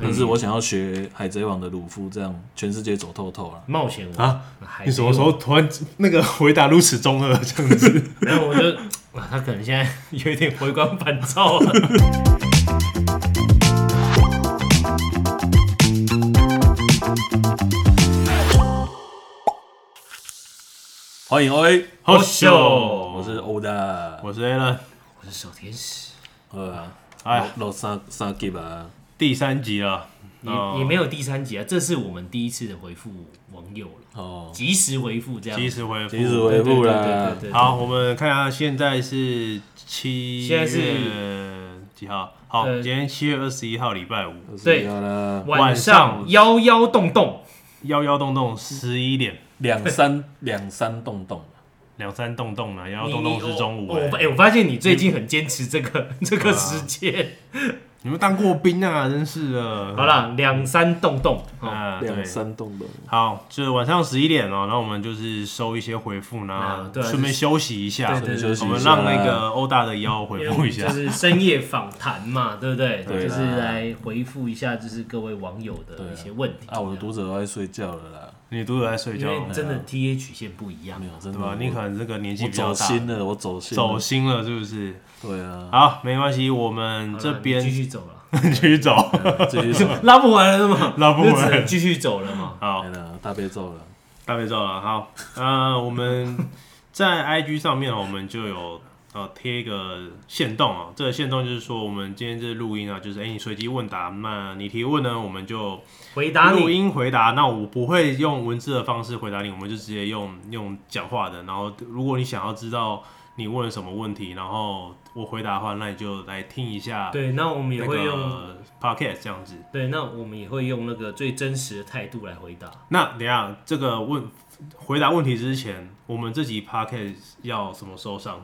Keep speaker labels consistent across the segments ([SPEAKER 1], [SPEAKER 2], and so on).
[SPEAKER 1] 者是我想要学海贼王的鲁夫，这样全世界走透透了。
[SPEAKER 2] 冒险王
[SPEAKER 3] 啊，
[SPEAKER 2] 海
[SPEAKER 3] 你
[SPEAKER 2] 贼
[SPEAKER 3] 什么时
[SPEAKER 2] 王
[SPEAKER 3] 候突然那个回答如此中二这样 子？
[SPEAKER 2] 没有，我就哇，他可能现在 有一点回光返照了。
[SPEAKER 1] 欢迎 O A，
[SPEAKER 3] 好
[SPEAKER 2] 秀
[SPEAKER 1] 我是欧的，
[SPEAKER 3] 我是 a l
[SPEAKER 2] 我是小天使，
[SPEAKER 1] 呃，啊，
[SPEAKER 3] 哎，
[SPEAKER 1] 老三三级吧，
[SPEAKER 3] 第三集了，
[SPEAKER 2] 也、
[SPEAKER 3] 哦
[SPEAKER 2] 也没有第三集啊，这是我们第一次的回复网友了，
[SPEAKER 1] 哦，
[SPEAKER 2] 及时回复这样。
[SPEAKER 3] 及时回复，
[SPEAKER 1] 及时回复啦
[SPEAKER 2] 对对对对对，
[SPEAKER 3] 好，我们看一下现在是七，
[SPEAKER 2] 现在
[SPEAKER 3] 是几号？好，
[SPEAKER 2] 呃
[SPEAKER 3] 今天七月二十一号，礼拜五，
[SPEAKER 2] 对
[SPEAKER 1] 好了，
[SPEAKER 2] 晚上幺幺洞洞，
[SPEAKER 3] 幺幺洞洞十一点，
[SPEAKER 1] 两三 两三洞洞，
[SPEAKER 3] 两三洞洞呢，幺幺
[SPEAKER 2] 你
[SPEAKER 3] 洞洞是中午
[SPEAKER 2] 我我发
[SPEAKER 3] 欸。啊
[SPEAKER 2] 哎我发现你最近很坚持这 个这个时间。
[SPEAKER 3] 你们当过兵啊，真是的。
[SPEAKER 2] 好了，两三洞洞，哦
[SPEAKER 3] 啊，对
[SPEAKER 1] 两。三洞洞，
[SPEAKER 3] 好，就是晚上十一点哦，然后我们就是收一些回复，然
[SPEAKER 2] 啊
[SPEAKER 3] 后
[SPEAKER 2] 对啊
[SPEAKER 3] 顺便休息一下，
[SPEAKER 2] 对对
[SPEAKER 1] 休息
[SPEAKER 3] 我
[SPEAKER 1] 一
[SPEAKER 3] 们
[SPEAKER 1] 下
[SPEAKER 3] 让那个欧大的腰回复一下
[SPEAKER 2] 就。是深夜访谈嘛，对不 对？
[SPEAKER 1] 对啦
[SPEAKER 2] 就是来回复一下，就是各位网友的一些问题。
[SPEAKER 1] 啊，我的读者都在睡觉了啦，
[SPEAKER 3] 你都有在睡
[SPEAKER 2] 因
[SPEAKER 3] 觉
[SPEAKER 2] 为
[SPEAKER 3] 吗，
[SPEAKER 2] 真的 T A 曲线不一样
[SPEAKER 1] 没，有，真
[SPEAKER 3] 对
[SPEAKER 1] 的，
[SPEAKER 3] 吧？你可
[SPEAKER 1] 我
[SPEAKER 3] 能这个年纪
[SPEAKER 1] 我
[SPEAKER 3] 比较
[SPEAKER 1] 走
[SPEAKER 3] 大，
[SPEAKER 1] 心了，我走心了，
[SPEAKER 3] 走心了是不是？
[SPEAKER 1] 对啊，
[SPEAKER 3] 好，没关系，我
[SPEAKER 2] 嗯好啦
[SPEAKER 3] 们嗯这
[SPEAKER 2] 你继
[SPEAKER 3] 边
[SPEAKER 2] 续走 了，
[SPEAKER 3] 继续走。
[SPEAKER 1] 继续走，
[SPEAKER 2] 拉不完了 嘛，
[SPEAKER 3] 拉不完
[SPEAKER 2] 就只能继续走了嘛。
[SPEAKER 3] 好
[SPEAKER 1] 来，了，哎大悲咒了，
[SPEAKER 3] 大悲咒了。好，呃，我们在 IG 上面，我们就有呃贴一个线动啊。这个线动就是说，我们今天这录音啊，就是哎、你随机问答，那你提问呢，我们就
[SPEAKER 2] 回答
[SPEAKER 3] 录
[SPEAKER 2] 你，
[SPEAKER 3] 音回答。那我不会用文字的方式回答你，我们就直接用用讲话的。然后，如果你想要知道你问什么问题，然后我回答的话，那你就来听一下
[SPEAKER 2] 对，那我们也
[SPEAKER 3] 那
[SPEAKER 2] 会用，
[SPEAKER 3] 个 podcast 这样子。
[SPEAKER 2] 对，那我们也会用那个最真实的态度来回答。
[SPEAKER 3] 那等一下这个问回答问题之前，我们这集 podcast 要什么时候上？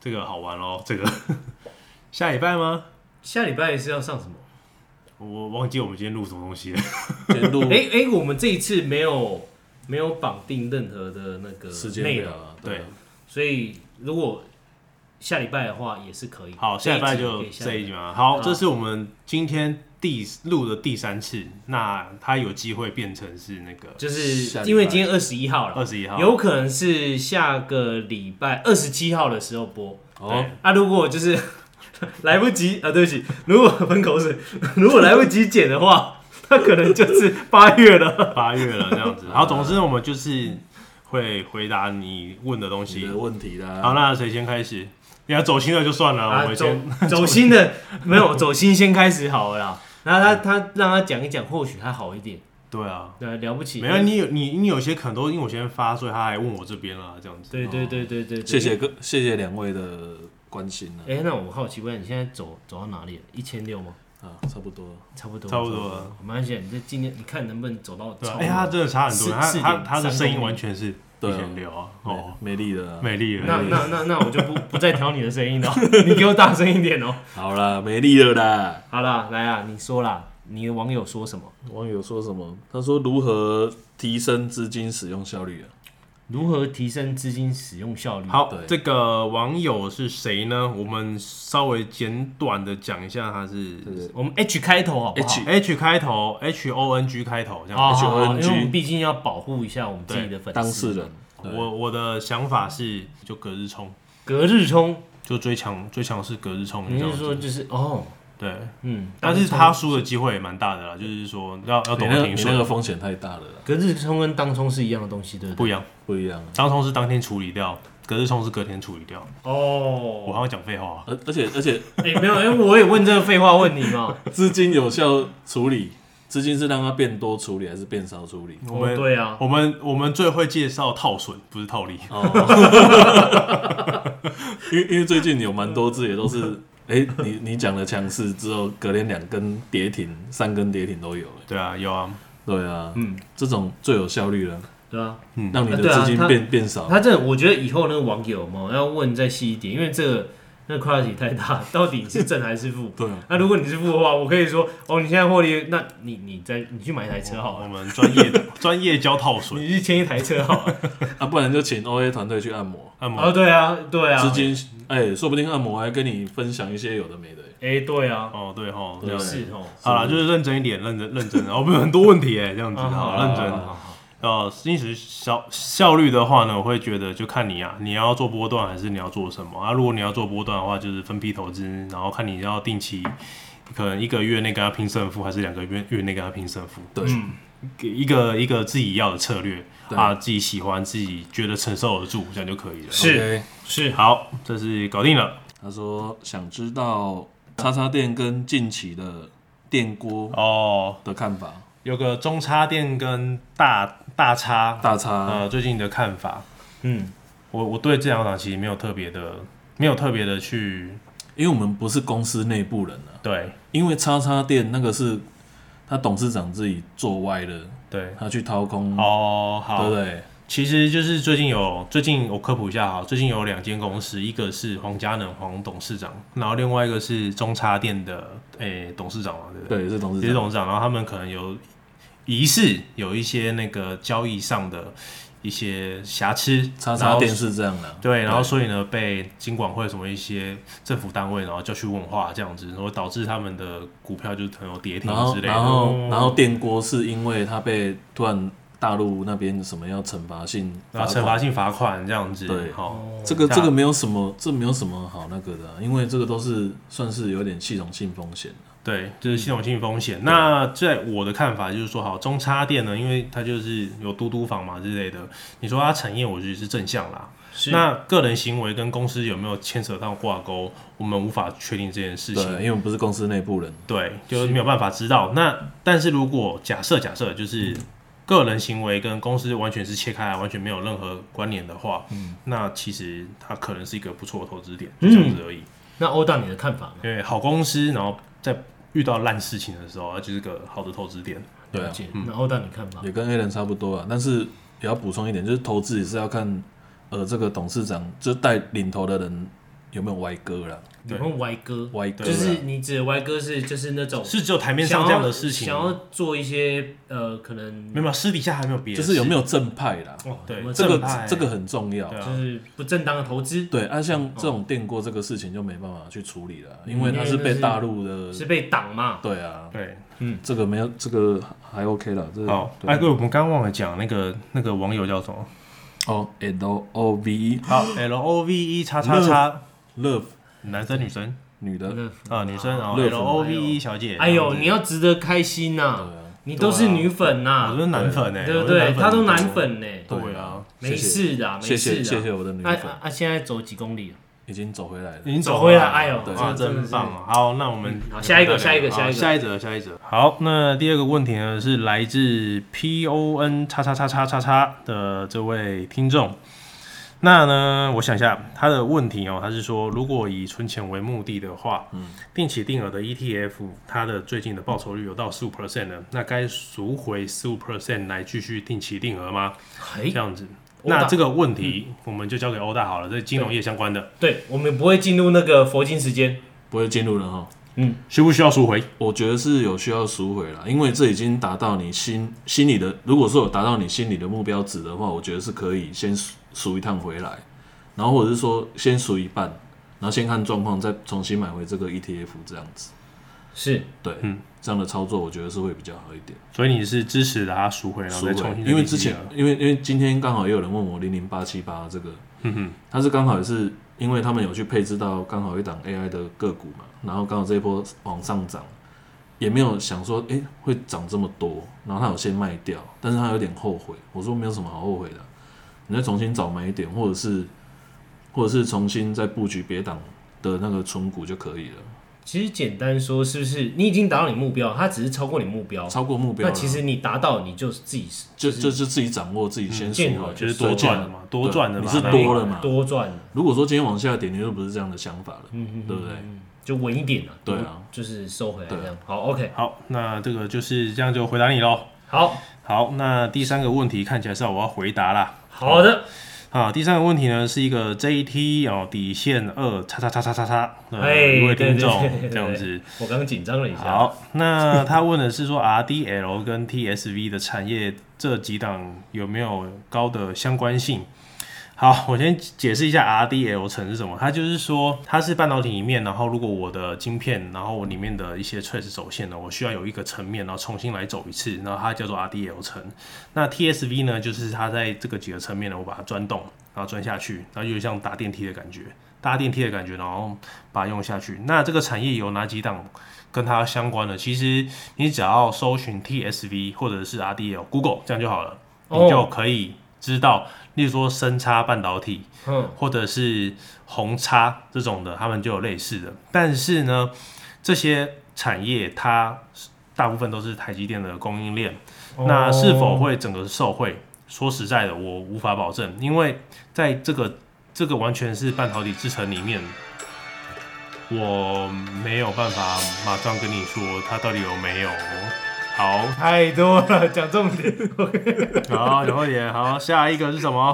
[SPEAKER 3] 这个好玩咯，这个 下礼拜吗？
[SPEAKER 2] 下礼拜是要上什么？
[SPEAKER 3] 我忘记我们今天录什么东西了。
[SPEAKER 1] 先录
[SPEAKER 2] 哎哎，我们这一次没有没有绑定任何的那个
[SPEAKER 1] 时间
[SPEAKER 2] 内
[SPEAKER 1] 表
[SPEAKER 2] 容，
[SPEAKER 1] 啊，
[SPEAKER 3] 对
[SPEAKER 1] 啊，
[SPEAKER 2] 所以如果下礼拜的话也是可以。
[SPEAKER 3] 好，下礼拜就
[SPEAKER 2] 这一集可
[SPEAKER 3] 这
[SPEAKER 2] 以
[SPEAKER 3] 一
[SPEAKER 2] 下
[SPEAKER 3] 集嘛。好，
[SPEAKER 2] 好
[SPEAKER 3] 这是我们今天第录的第三次，那它有机会变成是那个
[SPEAKER 2] 就是
[SPEAKER 1] 下礼拜
[SPEAKER 2] 因为今天二十一号了，
[SPEAKER 3] 二十一号。
[SPEAKER 2] 有可能是下个礼拜二十七号的时候播
[SPEAKER 1] 哦，
[SPEAKER 2] 啊。如果就是 来不及啊，对不起，如果喷口水，如果来不及剪的话，那可能就是八月了。
[SPEAKER 3] 八月了这 样子。好，总之我们就是会回答你问的东
[SPEAKER 1] 你
[SPEAKER 3] 西
[SPEAKER 1] 的。问题啦，
[SPEAKER 3] 好，那谁先开始？你要走心了就算了，我
[SPEAKER 2] 啊，
[SPEAKER 3] 们
[SPEAKER 2] 走
[SPEAKER 3] 先
[SPEAKER 2] 走心的没有走心先开始好了啦。然后
[SPEAKER 3] 嗯
[SPEAKER 2] 他他让他讲一讲，或许还好一点。
[SPEAKER 3] 对啊。
[SPEAKER 2] 对，了不起。
[SPEAKER 3] 没有，你有你你有些可能都因为我先发，所以他还问我这边啦，这样子。
[SPEAKER 2] 对对对对对对。
[SPEAKER 1] 谢谢各谢谢两位的关心啊，
[SPEAKER 2] 哎、那我好奇问你现在走走到哪里了？一千六吗？
[SPEAKER 1] 啊，差不多，
[SPEAKER 2] 差不多，
[SPEAKER 3] 差不多了。
[SPEAKER 2] 没关系，你这今天你看能不能走到
[SPEAKER 3] 对啊，
[SPEAKER 2] 超
[SPEAKER 3] 哎、他真的差很多，
[SPEAKER 2] 四
[SPEAKER 3] 他
[SPEAKER 2] 四
[SPEAKER 3] 他
[SPEAKER 2] 点
[SPEAKER 3] 他的
[SPEAKER 2] 三
[SPEAKER 3] 声音
[SPEAKER 2] 公里
[SPEAKER 3] 完全是一
[SPEAKER 1] 对啊
[SPEAKER 3] 千六啊，哦
[SPEAKER 1] 哦，，没力了啊，
[SPEAKER 3] 美丽了。
[SPEAKER 2] 那那那那我就不不再调你的声音了， 你给我大声一点哦。
[SPEAKER 1] 好啦，没力了啦。
[SPEAKER 2] 好啦，来啊，你说啦，你的网友说什么？
[SPEAKER 1] 网友说什么？他说如何提升资金使用效率啊？
[SPEAKER 2] 如何提升资金使用效率？，
[SPEAKER 3] 好
[SPEAKER 1] 嗯对，
[SPEAKER 3] 这个网友是谁呢？我们稍微简短的讲一下，他是
[SPEAKER 2] 我们 H 开头好不好
[SPEAKER 1] H
[SPEAKER 3] H 开头，H O N G 开头这样。
[SPEAKER 2] 好好好
[SPEAKER 1] HONG
[SPEAKER 2] 因为我们毕竟要保护一下我们自己的粉丝。
[SPEAKER 1] 当事人，
[SPEAKER 3] 我我的想法是，就隔日冲，
[SPEAKER 2] 隔日冲，
[SPEAKER 3] 就追强追强是隔日冲
[SPEAKER 2] 你
[SPEAKER 3] 这样
[SPEAKER 2] 是
[SPEAKER 3] 子。
[SPEAKER 2] 说就是哦，
[SPEAKER 3] 对，
[SPEAKER 2] 嗯，
[SPEAKER 3] 但是他输的机会也蛮大的啦，就是说要要
[SPEAKER 1] 你
[SPEAKER 3] 懂
[SPEAKER 1] 那
[SPEAKER 3] 得
[SPEAKER 1] 个
[SPEAKER 3] 停
[SPEAKER 1] 你那个
[SPEAKER 3] 损，
[SPEAKER 1] 风险太大了啦，
[SPEAKER 2] 隔日冲跟当冲是一样的东西，对不对？
[SPEAKER 3] 不一样。
[SPEAKER 1] 不一样啊。
[SPEAKER 3] 当冲是当天处理掉，隔日冲是隔天处理掉。我
[SPEAKER 2] 哦，
[SPEAKER 3] 好像讲废话啊，
[SPEAKER 1] 而而且而且
[SPEAKER 2] 哎、没有，哎、我也问这个废话问你 嘛。
[SPEAKER 1] 资金有效处理，资金是让它变多处理还是变少处理？
[SPEAKER 3] 我们、
[SPEAKER 2] 哦对啊，
[SPEAKER 3] 我们我们最会介绍套损，不是套利。
[SPEAKER 1] 哦，因为因为最近有蛮多字也都是，哎、你你讲了强势之后，隔天两根跌停，三根跌停都有、欸
[SPEAKER 3] 对啊，有啊，
[SPEAKER 1] 对啊，
[SPEAKER 2] 嗯，
[SPEAKER 1] 这种最有效率了，
[SPEAKER 2] 对啊，
[SPEAKER 1] 让你
[SPEAKER 2] 啊对
[SPEAKER 1] 的
[SPEAKER 2] 啊
[SPEAKER 1] 资金
[SPEAKER 2] 它
[SPEAKER 1] 变变少。
[SPEAKER 2] 他这我觉得以后那个网友嘛，要问再细一点，因为这个那 quality 太大，到底是正还是负？
[SPEAKER 1] 对啊，
[SPEAKER 2] 那如果你是负的话，我可以说，哦，你现在获利，那你你再你去买一台车好
[SPEAKER 3] 我
[SPEAKER 2] 了，
[SPEAKER 3] 们专业专业教套水
[SPEAKER 2] 你去签一台车好了。
[SPEAKER 1] 啊，不然就请 OA 团队去按摩，
[SPEAKER 3] 按摩
[SPEAKER 2] 哦，对啊，对啊
[SPEAKER 1] 资，金，哎、说不定按摩还跟你分享一些有的没的、
[SPEAKER 2] 哎，对啊，
[SPEAKER 3] 哦，对吼，
[SPEAKER 1] 对
[SPEAKER 2] 是哦，
[SPEAKER 3] 好了，就是认真一点，认真认真。我们有很多问题哎，这样子，
[SPEAKER 2] 啊
[SPEAKER 3] 好
[SPEAKER 2] 好
[SPEAKER 3] 认
[SPEAKER 2] 好
[SPEAKER 3] 真。
[SPEAKER 2] 好好
[SPEAKER 3] 呃，因此效效率的话呢，我会觉得就看你啊，你要做波段还是你要做什么啊？如果你要做波段的话，就是分批投资，然后看你要定期，可能一个月内跟他拼胜负，还是两个月月内跟他拼胜负，
[SPEAKER 1] 对，
[SPEAKER 3] 给一个一个自己要的策略
[SPEAKER 1] 对
[SPEAKER 3] 啊，自己喜欢，自己觉得承受得住，这样就可以了。
[SPEAKER 2] 是
[SPEAKER 1] OK
[SPEAKER 2] 是
[SPEAKER 3] 好，这是搞定了
[SPEAKER 1] 他说想知道叉叉店跟近期的电锅
[SPEAKER 3] 哦。
[SPEAKER 1] 的看法，
[SPEAKER 3] 有个中插电跟大大插，
[SPEAKER 1] 大叉
[SPEAKER 3] 呃，最近的看法，
[SPEAKER 2] 嗯，
[SPEAKER 3] 我我对这两档其实没有特别的，没有特别的去
[SPEAKER 1] 因为我们不是公司内部人啊，
[SPEAKER 3] 对
[SPEAKER 1] 因为叉叉店那个是他董事长自己做歪的，
[SPEAKER 3] 对
[SPEAKER 1] 他去掏空，
[SPEAKER 3] 哦
[SPEAKER 1] 对
[SPEAKER 3] 好
[SPEAKER 1] 不，对？
[SPEAKER 3] 其实就是最近有最近我科普一下哈，最近有两间公司，一个是黄嘉能黄董事长，然后另外一个是中插电的诶、董事长嘛，对不对？
[SPEAKER 1] 对，是董事
[SPEAKER 3] 也是
[SPEAKER 1] 长，
[SPEAKER 3] 董事长，然后他们可能有疑似有一些那个交易上的一些瑕疵，
[SPEAKER 1] 叉
[SPEAKER 3] 然
[SPEAKER 1] 叉
[SPEAKER 3] 后
[SPEAKER 1] 店是这样的、啊
[SPEAKER 3] 对，然后所以呢，被金管会什么一些政府单位，然后就去问话这样子，然后导致他们的股票就可能有跌停
[SPEAKER 1] 然后
[SPEAKER 3] 之类
[SPEAKER 1] 然
[SPEAKER 3] 的。
[SPEAKER 1] 后
[SPEAKER 2] 哦
[SPEAKER 1] 然后电锅是因为他被突然大陆那边什么要惩罚性
[SPEAKER 3] 然
[SPEAKER 1] 罚
[SPEAKER 3] 后啊惩
[SPEAKER 1] 款，
[SPEAKER 3] 罚性罚款这样子，
[SPEAKER 1] 对
[SPEAKER 3] 好，
[SPEAKER 1] 这个
[SPEAKER 3] 那
[SPEAKER 1] 这个没有什么这没有什么好那个的啊、因为这个都是算是有点系统性风险。
[SPEAKER 3] 对，就是系统性风险。那在我的看法就是说，好，中插电呢，因为它就是有嘟嘟房嘛之类的，你说它产业，我觉得是正向啦。
[SPEAKER 2] 是
[SPEAKER 3] 那个人行为跟公司有没有牵扯到挂钩，我们无法确定这件事
[SPEAKER 1] 对
[SPEAKER 3] 情。，
[SPEAKER 1] 因为我们不是公司内部人，
[SPEAKER 3] 对，就是没有办法知道。那但是如果假设假设就是个人行为跟公司完全是切开来，完全没有任何关联的话，那其实它可能是一个不错的投资点，就这样子而已。
[SPEAKER 2] 那欧大你的看法呢？
[SPEAKER 3] 因为好公司，然后在遇到烂事情的时候，它就是个好的投资点。
[SPEAKER 1] 对啊
[SPEAKER 2] 了解。
[SPEAKER 3] 嗯
[SPEAKER 2] 那欧大你看法？
[SPEAKER 1] 也跟 A 人差不多啊。但是也要补充一点，就是投资也是要看呃这个董事长就是带领头的人有没有歪哥啦，
[SPEAKER 2] 有没有歪哥？
[SPEAKER 1] 歪哥啦
[SPEAKER 2] 就是你指的歪哥是就是那种
[SPEAKER 3] 是只有台面上这样的事情，
[SPEAKER 2] 想要想要做一些呃，可能
[SPEAKER 3] 没有没有私底下还没有别的
[SPEAKER 1] 就
[SPEAKER 3] 事，
[SPEAKER 1] 是有没有正派啦，
[SPEAKER 3] 哦对
[SPEAKER 2] 有没有
[SPEAKER 1] 这
[SPEAKER 3] 正
[SPEAKER 1] 个
[SPEAKER 3] 派
[SPEAKER 1] 这个很重要
[SPEAKER 3] 对。啊
[SPEAKER 2] 就是不正当的投资，
[SPEAKER 1] 对啊，
[SPEAKER 3] 哦
[SPEAKER 1] 像这种电锅这个事情就没办法去处理了，因为
[SPEAKER 2] 嗯
[SPEAKER 1] 它
[SPEAKER 2] 因为
[SPEAKER 1] 是
[SPEAKER 2] 那
[SPEAKER 1] 被
[SPEAKER 2] 是
[SPEAKER 1] 大陆的，
[SPEAKER 3] 嗯
[SPEAKER 2] 是被挡嘛？
[SPEAKER 1] 对啊，
[SPEAKER 3] 对。
[SPEAKER 1] 这个没有，这个还 OK 了。这个
[SPEAKER 3] 好，
[SPEAKER 1] 对
[SPEAKER 3] 哎，对，我们刚刚忘了讲那个那个网友叫什么？
[SPEAKER 1] 哦，L O V E
[SPEAKER 3] 好，L O V E 叉叉叉，
[SPEAKER 1] Love
[SPEAKER 3] 男生女生。
[SPEAKER 1] 女的，
[SPEAKER 3] 啊，女
[SPEAKER 2] 嗯
[SPEAKER 3] 生哦
[SPEAKER 1] 乐
[SPEAKER 3] ，L
[SPEAKER 1] 粉
[SPEAKER 3] O V E 小姐，
[SPEAKER 2] 哎呦，
[SPEAKER 3] 这样子
[SPEAKER 2] 你要值得开心呐、你都是女粉
[SPEAKER 3] 我
[SPEAKER 2] 呐、
[SPEAKER 3] 是男粉哎，
[SPEAKER 2] 啊对不
[SPEAKER 3] 我是
[SPEAKER 2] 对？
[SPEAKER 3] 男粉
[SPEAKER 2] 他都男，粉呢、
[SPEAKER 3] 对啊，
[SPEAKER 2] 没事的啊，
[SPEAKER 1] 谢
[SPEAKER 2] 没事
[SPEAKER 1] 谢
[SPEAKER 2] 的啊。
[SPEAKER 1] 谢谢我的女
[SPEAKER 2] 啊
[SPEAKER 1] 粉
[SPEAKER 2] 啊，啊！现在走几公里了？
[SPEAKER 1] 已经走回来了
[SPEAKER 3] 已。经
[SPEAKER 2] 走
[SPEAKER 3] 走
[SPEAKER 2] 回
[SPEAKER 3] 回
[SPEAKER 2] 来
[SPEAKER 3] 来，
[SPEAKER 2] 哎呦
[SPEAKER 1] 对
[SPEAKER 3] 哇，
[SPEAKER 2] 这真的
[SPEAKER 3] 真
[SPEAKER 2] 是嗯
[SPEAKER 3] 棒啊！好，那我们
[SPEAKER 2] 好下一个
[SPEAKER 3] 好
[SPEAKER 2] 下一个下一个
[SPEAKER 3] 下一则，下一则。好，那第二个问题呢是来自 P O N 叉叉叉叉叉叉的这位听众。那呢，我想一下他的问题哦，他是说，如果以存钱为目的的话，
[SPEAKER 2] 嗯
[SPEAKER 3] 定期定额的 ETF，它的最近的报酬率有到十五 percent 了，那该赎回十五 percent 来继续定期定额吗？
[SPEAKER 2] 哎
[SPEAKER 3] 这，样子。
[SPEAKER 2] 欧大
[SPEAKER 3] 那这个问题我们就交给欧大好了，这是金融业相关的，
[SPEAKER 2] 对，我们不会进入那个佛经时间。
[SPEAKER 1] 不会进入了哈。
[SPEAKER 3] 需不需要赎回？
[SPEAKER 1] 我觉得是有需要赎回了，因为这已经达到你心心里的，如果说有达到你心里的目标值的话，我觉得是可以先赎赎一趟回来，然后或者是说先赎一半，然后先看状况，再重新买回这个 ETF 这样子。
[SPEAKER 2] 是，
[SPEAKER 1] 对，这样的操作我觉得是会比较好一点。
[SPEAKER 3] 所以你是支持把它赎回，然后
[SPEAKER 1] 赎
[SPEAKER 3] 再重
[SPEAKER 1] 回，
[SPEAKER 3] 新
[SPEAKER 1] 因为之前
[SPEAKER 3] 定义了，
[SPEAKER 1] 因为因为今天刚好也有人问我零零八七八这个，
[SPEAKER 3] 嗯
[SPEAKER 1] 他是刚好也是因为他们有去配置到刚好一档 AI 的个股嘛，然后刚好这一波往上涨，也没有想说诶会涨这么多，然后他有先卖掉，但是他有点后悔，我说没有什么好后悔的，你再重新找买点，或者是或者是重新再布局别档的那个存股就可以了，
[SPEAKER 2] 其实简单说，是不是你已经达到你目标，它只是超过你目标。
[SPEAKER 1] 超过目标
[SPEAKER 2] 那
[SPEAKER 1] 了，
[SPEAKER 2] 其实你达到，你就自己
[SPEAKER 1] 就就就自己掌握自己先
[SPEAKER 3] 嗯
[SPEAKER 1] 赎
[SPEAKER 2] 见好
[SPEAKER 1] 回，
[SPEAKER 3] 就是多赚了嘛，多赚了嘛，
[SPEAKER 1] 你是多了嘛？
[SPEAKER 2] 多赚，
[SPEAKER 1] 如果说今天往下点，你就不是这样的想法了，
[SPEAKER 3] 嗯
[SPEAKER 1] 对不对？
[SPEAKER 2] 就稳一点啊。
[SPEAKER 1] 对啊，
[SPEAKER 2] 就是收回来
[SPEAKER 1] 对
[SPEAKER 2] 这样。好，OK，
[SPEAKER 3] 好，那这个就是这样就回答你喽。
[SPEAKER 2] 好
[SPEAKER 3] 好，那第三个问题看起来是要我要回答啦。
[SPEAKER 2] 好的，
[SPEAKER 3] 好，第三个问题呢是一个 JT 哦底线二叉叉叉叉叉叉
[SPEAKER 2] 哎
[SPEAKER 3] 的一位听
[SPEAKER 2] 对
[SPEAKER 3] 众
[SPEAKER 2] 对对对
[SPEAKER 3] 这样子。
[SPEAKER 2] 我刚刚紧张了一下。
[SPEAKER 3] 好，那他问的是说 RDL 跟 TSV 的产业这几档有没有高的相关性？好，我先解释一下 RDL 层是什么。它就是说，它是半导体里面，然后如果我的晶片，然后我里面的一些 trace 走线呢，我需要有一个层面，然后重新来走一次，然后它叫做 RDL 层。那 TSV 呢，就是它在这个几个层面呢，我把它钻洞，然后钻下去，然后就像打电梯的感觉，搭电梯的感觉，然后把它用下去。那这个产业有哪几档跟它相关的？其实你只要搜寻 TSV 或者是 RDL Google 这样就好了，
[SPEAKER 2] 哦
[SPEAKER 3] 你就可以知道，例如说深差半导体，
[SPEAKER 2] 嗯，，
[SPEAKER 3] 或者是红叉这种的，他们就有类似的。但是呢，这些产业它大部分都是台积电的供应链，那是否会整个受惠？说实在的，我无法保证，因为在这个这个完全是半导体制程里面，我没有办法马上跟你说它到底有没有。好
[SPEAKER 2] 太多了，讲重 点。
[SPEAKER 3] 好，然后也好，下一个是什么？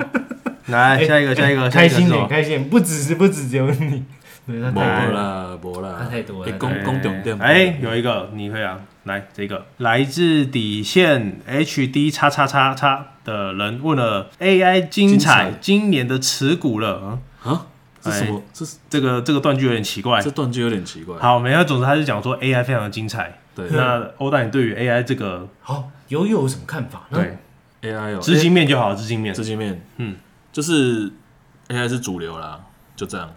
[SPEAKER 3] 来，
[SPEAKER 2] 哎
[SPEAKER 3] 下一个，下一个，下
[SPEAKER 2] 开
[SPEAKER 3] 一个是
[SPEAKER 2] 心
[SPEAKER 3] 什
[SPEAKER 2] 点，
[SPEAKER 3] 么？
[SPEAKER 2] 开心点，不只是不只只有你，对，他
[SPEAKER 1] 无
[SPEAKER 2] 太多了。
[SPEAKER 1] 啦，无啦，
[SPEAKER 2] 他太多了
[SPEAKER 1] 会讲
[SPEAKER 2] 哎
[SPEAKER 1] 讲重点。
[SPEAKER 3] 哎、有一个你会啊，来这个来自底线 HD 叉叉叉叉的人问了 AI
[SPEAKER 1] 精
[SPEAKER 3] 精彩
[SPEAKER 1] 彩
[SPEAKER 3] 今年的持股了，嗯
[SPEAKER 1] 啊，这什么？这
[SPEAKER 3] 这个这个断句有点奇怪
[SPEAKER 1] 这。段句有点奇怪。
[SPEAKER 3] 哎好，没有，总之他是讲说 AI 非常的精彩。
[SPEAKER 1] 对
[SPEAKER 3] 那欧大，你对于 AI 这个
[SPEAKER 2] 好，悠悠有什么看法呢？
[SPEAKER 3] 对
[SPEAKER 1] AI 哦，
[SPEAKER 3] 资金面就好，资金面
[SPEAKER 1] 资金面，
[SPEAKER 3] 嗯，
[SPEAKER 1] 就是 AI 是主流啦，就这样，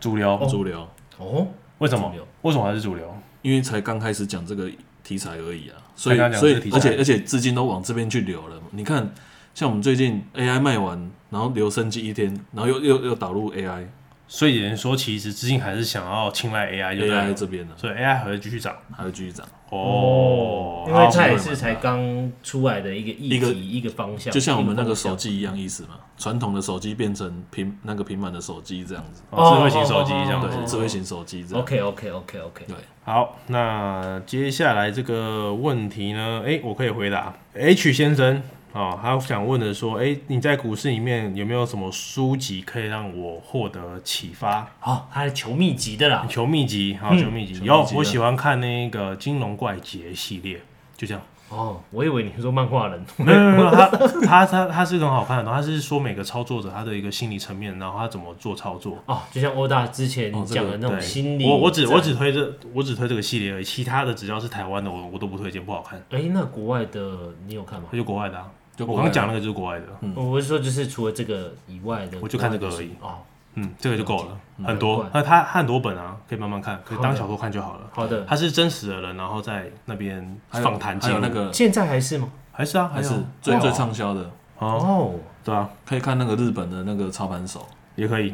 [SPEAKER 3] 主流
[SPEAKER 1] 主流，
[SPEAKER 2] 哦，
[SPEAKER 3] 为什么
[SPEAKER 2] 主流？
[SPEAKER 3] 为什么还是主流？
[SPEAKER 1] 因为才刚开始讲这个题材而已啊，所以
[SPEAKER 3] 才刚讲
[SPEAKER 1] 所以
[SPEAKER 3] 这个题材
[SPEAKER 1] 而且而且资金都往这边去流了。你看，像我们最近 AI 卖完，然后留生机一天，然后又又又导入 AI
[SPEAKER 3] 所以有人说，其实资金还是想要青睐 AI，就对了
[SPEAKER 1] AI 这边呢，啊
[SPEAKER 3] 所以 AI 还会继续涨
[SPEAKER 1] 还会继续涨。
[SPEAKER 3] 哦。
[SPEAKER 2] 因为
[SPEAKER 3] 好
[SPEAKER 2] 它也是才刚出来的一个议
[SPEAKER 1] 一个
[SPEAKER 2] 题，一个方向，
[SPEAKER 1] 就像我们那个手
[SPEAKER 2] 手机
[SPEAKER 1] 机一样意思嘛，传统的手机变成平那个平板的手机这样子，
[SPEAKER 3] 哦智慧型手机这样
[SPEAKER 2] 哦
[SPEAKER 3] 子哦
[SPEAKER 1] 对，智慧型手机这样。
[SPEAKER 2] OK OK OK OK，
[SPEAKER 1] 对
[SPEAKER 3] 好，那接下来这个问题呢？诶，我可以回答 H 先生哦，他想问的说，诶，你在股市里面有没有什么书籍可以让我获得启发？
[SPEAKER 2] 好，哦他是求秘籍的啦，
[SPEAKER 3] 求秘籍，好、求秘籍，
[SPEAKER 1] 求秘
[SPEAKER 3] 有
[SPEAKER 1] 籍，
[SPEAKER 3] 我
[SPEAKER 1] 的
[SPEAKER 3] 喜欢看那个《金融怪杰》系列，就这样。
[SPEAKER 2] 哦，我以为你是说漫画人，
[SPEAKER 3] 没有没有，他他他他是很好看的，他是说每个操作者他的一个心理层面，然后他怎么做操作。
[SPEAKER 2] 哦，就像欧大之前
[SPEAKER 1] 哦这个
[SPEAKER 2] 讲的那种
[SPEAKER 3] 对，
[SPEAKER 2] 心理，
[SPEAKER 3] 我我只我只推这我只推这个系列而已，其他的只要是台湾的我我都不推荐，不好看。
[SPEAKER 2] 哎，那国外的你有看吗？
[SPEAKER 3] 那就国外的啊，
[SPEAKER 1] 就国
[SPEAKER 3] 我
[SPEAKER 1] 外的
[SPEAKER 3] 刚刚讲那个就是国外的，
[SPEAKER 2] 我是说，就是除了这个以外的，
[SPEAKER 3] 我就看这个而已
[SPEAKER 2] 哦，
[SPEAKER 3] 嗯，这个就够了，很
[SPEAKER 2] 很
[SPEAKER 3] 多
[SPEAKER 2] 怪。
[SPEAKER 3] 那它它很多本啊，可以慢慢看，可以当小说看就好了。
[SPEAKER 2] 好的，
[SPEAKER 3] 它是真实的人，然后在那边
[SPEAKER 1] 还有
[SPEAKER 3] 访谈记
[SPEAKER 1] 还有
[SPEAKER 3] 录
[SPEAKER 1] 那，个
[SPEAKER 2] 现在还是吗？
[SPEAKER 3] 还是啊，
[SPEAKER 1] 还
[SPEAKER 3] 还
[SPEAKER 1] 是
[SPEAKER 3] 是
[SPEAKER 1] 最最
[SPEAKER 3] 长
[SPEAKER 1] 畅销的，
[SPEAKER 3] 哦，
[SPEAKER 2] 哦，
[SPEAKER 3] 对啊，
[SPEAKER 1] 可以看那个日本的那个操盘手
[SPEAKER 3] 也可以。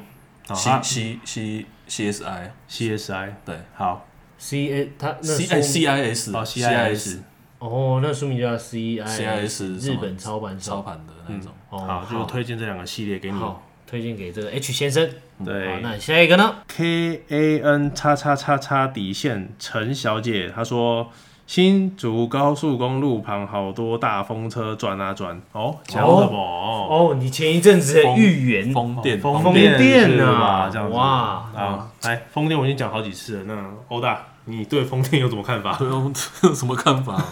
[SPEAKER 3] 啊
[SPEAKER 1] C
[SPEAKER 3] 它
[SPEAKER 1] C C C S I
[SPEAKER 3] ，CSI
[SPEAKER 1] 对
[SPEAKER 3] 好，
[SPEAKER 2] C A，他那
[SPEAKER 1] C
[SPEAKER 2] 书
[SPEAKER 1] I C I S
[SPEAKER 3] 哦 CIS
[SPEAKER 2] 哦，那书名叫 C I
[SPEAKER 1] CIS
[SPEAKER 2] 日本操盘
[SPEAKER 1] 操
[SPEAKER 2] 手。
[SPEAKER 1] 盘的那种，
[SPEAKER 2] 哦，
[SPEAKER 3] 好，就推荐这两个系列给你。
[SPEAKER 2] 好推荐给这个 H 先生。好，
[SPEAKER 3] 嗯对
[SPEAKER 2] 那下一个呢？
[SPEAKER 3] ，K A N 叉叉叉叉底线陈小姐她说。新竹高速公路旁好多大风车转啊转哦，讲什么？
[SPEAKER 2] 哦，你前一阵子的预言
[SPEAKER 1] 风电
[SPEAKER 3] 嗯哦风
[SPEAKER 1] 风
[SPEAKER 3] 电
[SPEAKER 2] 电
[SPEAKER 3] 是
[SPEAKER 2] 啊
[SPEAKER 3] 吧这样子
[SPEAKER 2] 哇，
[SPEAKER 3] 啊，来，风电我已经讲好几次了。那欧大，你对风电有什么 看法？
[SPEAKER 1] 对哦，这有 什么看 法？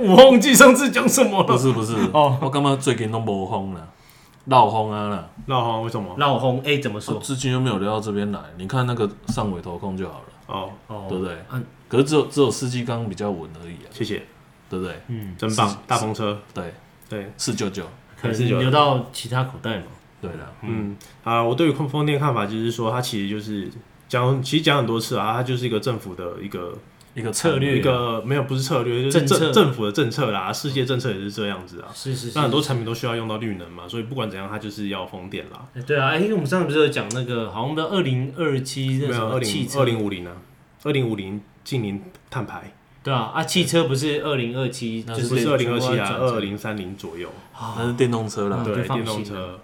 [SPEAKER 2] 我忘记上次讲什么
[SPEAKER 1] 不
[SPEAKER 2] 了。
[SPEAKER 1] 是不是，
[SPEAKER 3] 哦
[SPEAKER 1] 我感觉最近都无风了，闹风啊啦，
[SPEAKER 3] 绕荒为什么？
[SPEAKER 2] 绕红 A 怎么说？
[SPEAKER 1] 资金又没有流到这边来，你看那个上尾投控就好了，
[SPEAKER 3] 哦，
[SPEAKER 2] 哦
[SPEAKER 1] 对不对
[SPEAKER 2] 嗯，
[SPEAKER 1] 可是只有只有司机刚比较稳而已啊，
[SPEAKER 3] 谢谢，
[SPEAKER 1] 对不对？
[SPEAKER 2] 嗯，
[SPEAKER 3] 真棒，大风车，
[SPEAKER 1] 对，
[SPEAKER 3] 对，
[SPEAKER 1] 四九九，
[SPEAKER 2] 可能流到其他口袋嘛。
[SPEAKER 1] 对了，
[SPEAKER 3] 嗯啊，我对于风电看法就是说，它其实就是讲，其实讲很多次啊，它就是一个政府的一个
[SPEAKER 1] 一个啊
[SPEAKER 2] 策略啊
[SPEAKER 3] 一个没有不是策略，就是
[SPEAKER 2] 政策
[SPEAKER 3] 政政府的政策啦，世界政策也是这样子啊。
[SPEAKER 2] 是是是
[SPEAKER 3] 那很。多产品都需要用到绿能嘛，所以不管怎样，它就是要风电啦。
[SPEAKER 2] 哎对啊，哎，因为我们上次不是有讲那个，好像的二零二七
[SPEAKER 3] 没
[SPEAKER 2] 那什
[SPEAKER 3] 有二
[SPEAKER 2] 么汽
[SPEAKER 3] 零
[SPEAKER 2] 车
[SPEAKER 3] 二，零五零啊，二零五零近零碳排，
[SPEAKER 2] 对啊，啊，汽车不是二零二七，
[SPEAKER 1] 那
[SPEAKER 2] 就是
[SPEAKER 3] 不是二零二七啊，
[SPEAKER 2] 转
[SPEAKER 3] 二零三零左右。
[SPEAKER 1] 那是电动车啦啊
[SPEAKER 2] 嗯，就
[SPEAKER 3] 对，
[SPEAKER 2] 放哦
[SPEAKER 3] 电动
[SPEAKER 2] 心
[SPEAKER 3] 车。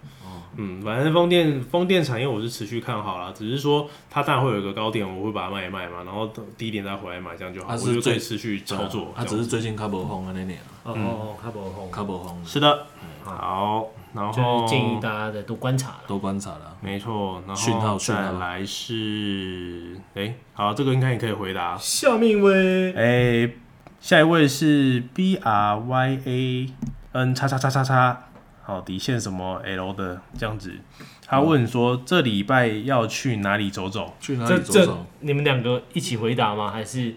[SPEAKER 3] 嗯，反正风电风电产业我是持续看好啦，只是说它当然会有一个高点，我会把它卖一卖嘛，然后低点再回来买，这样就好。
[SPEAKER 1] 它是
[SPEAKER 3] 我就可
[SPEAKER 1] 最
[SPEAKER 3] 以持续操
[SPEAKER 2] 啊
[SPEAKER 3] 作。
[SPEAKER 1] 它
[SPEAKER 3] 这
[SPEAKER 1] 只啊
[SPEAKER 3] 样嗯
[SPEAKER 1] 是最近较无风的那年啊，
[SPEAKER 2] 哦哦哦，卡博红，
[SPEAKER 1] 较无风。
[SPEAKER 3] 是的，好，然
[SPEAKER 2] 就是
[SPEAKER 3] 后
[SPEAKER 2] 建议大家的多观察了。
[SPEAKER 1] 都观察了啊、
[SPEAKER 3] 没错，然
[SPEAKER 1] 讯号
[SPEAKER 3] 后
[SPEAKER 1] 讯
[SPEAKER 3] 再
[SPEAKER 1] 号
[SPEAKER 3] 来是，哎、好，这个应该也可以回答。
[SPEAKER 2] 下面一位
[SPEAKER 3] 哎、下一位是 B R Y A N 叉叉叉叉叉，好，底线什么 L 的这样子。他问说，这礼拜要去哪里走走？
[SPEAKER 1] 去哪
[SPEAKER 2] 这
[SPEAKER 1] 里走
[SPEAKER 2] 这
[SPEAKER 1] 走？
[SPEAKER 2] 你们两个一起回答吗？还是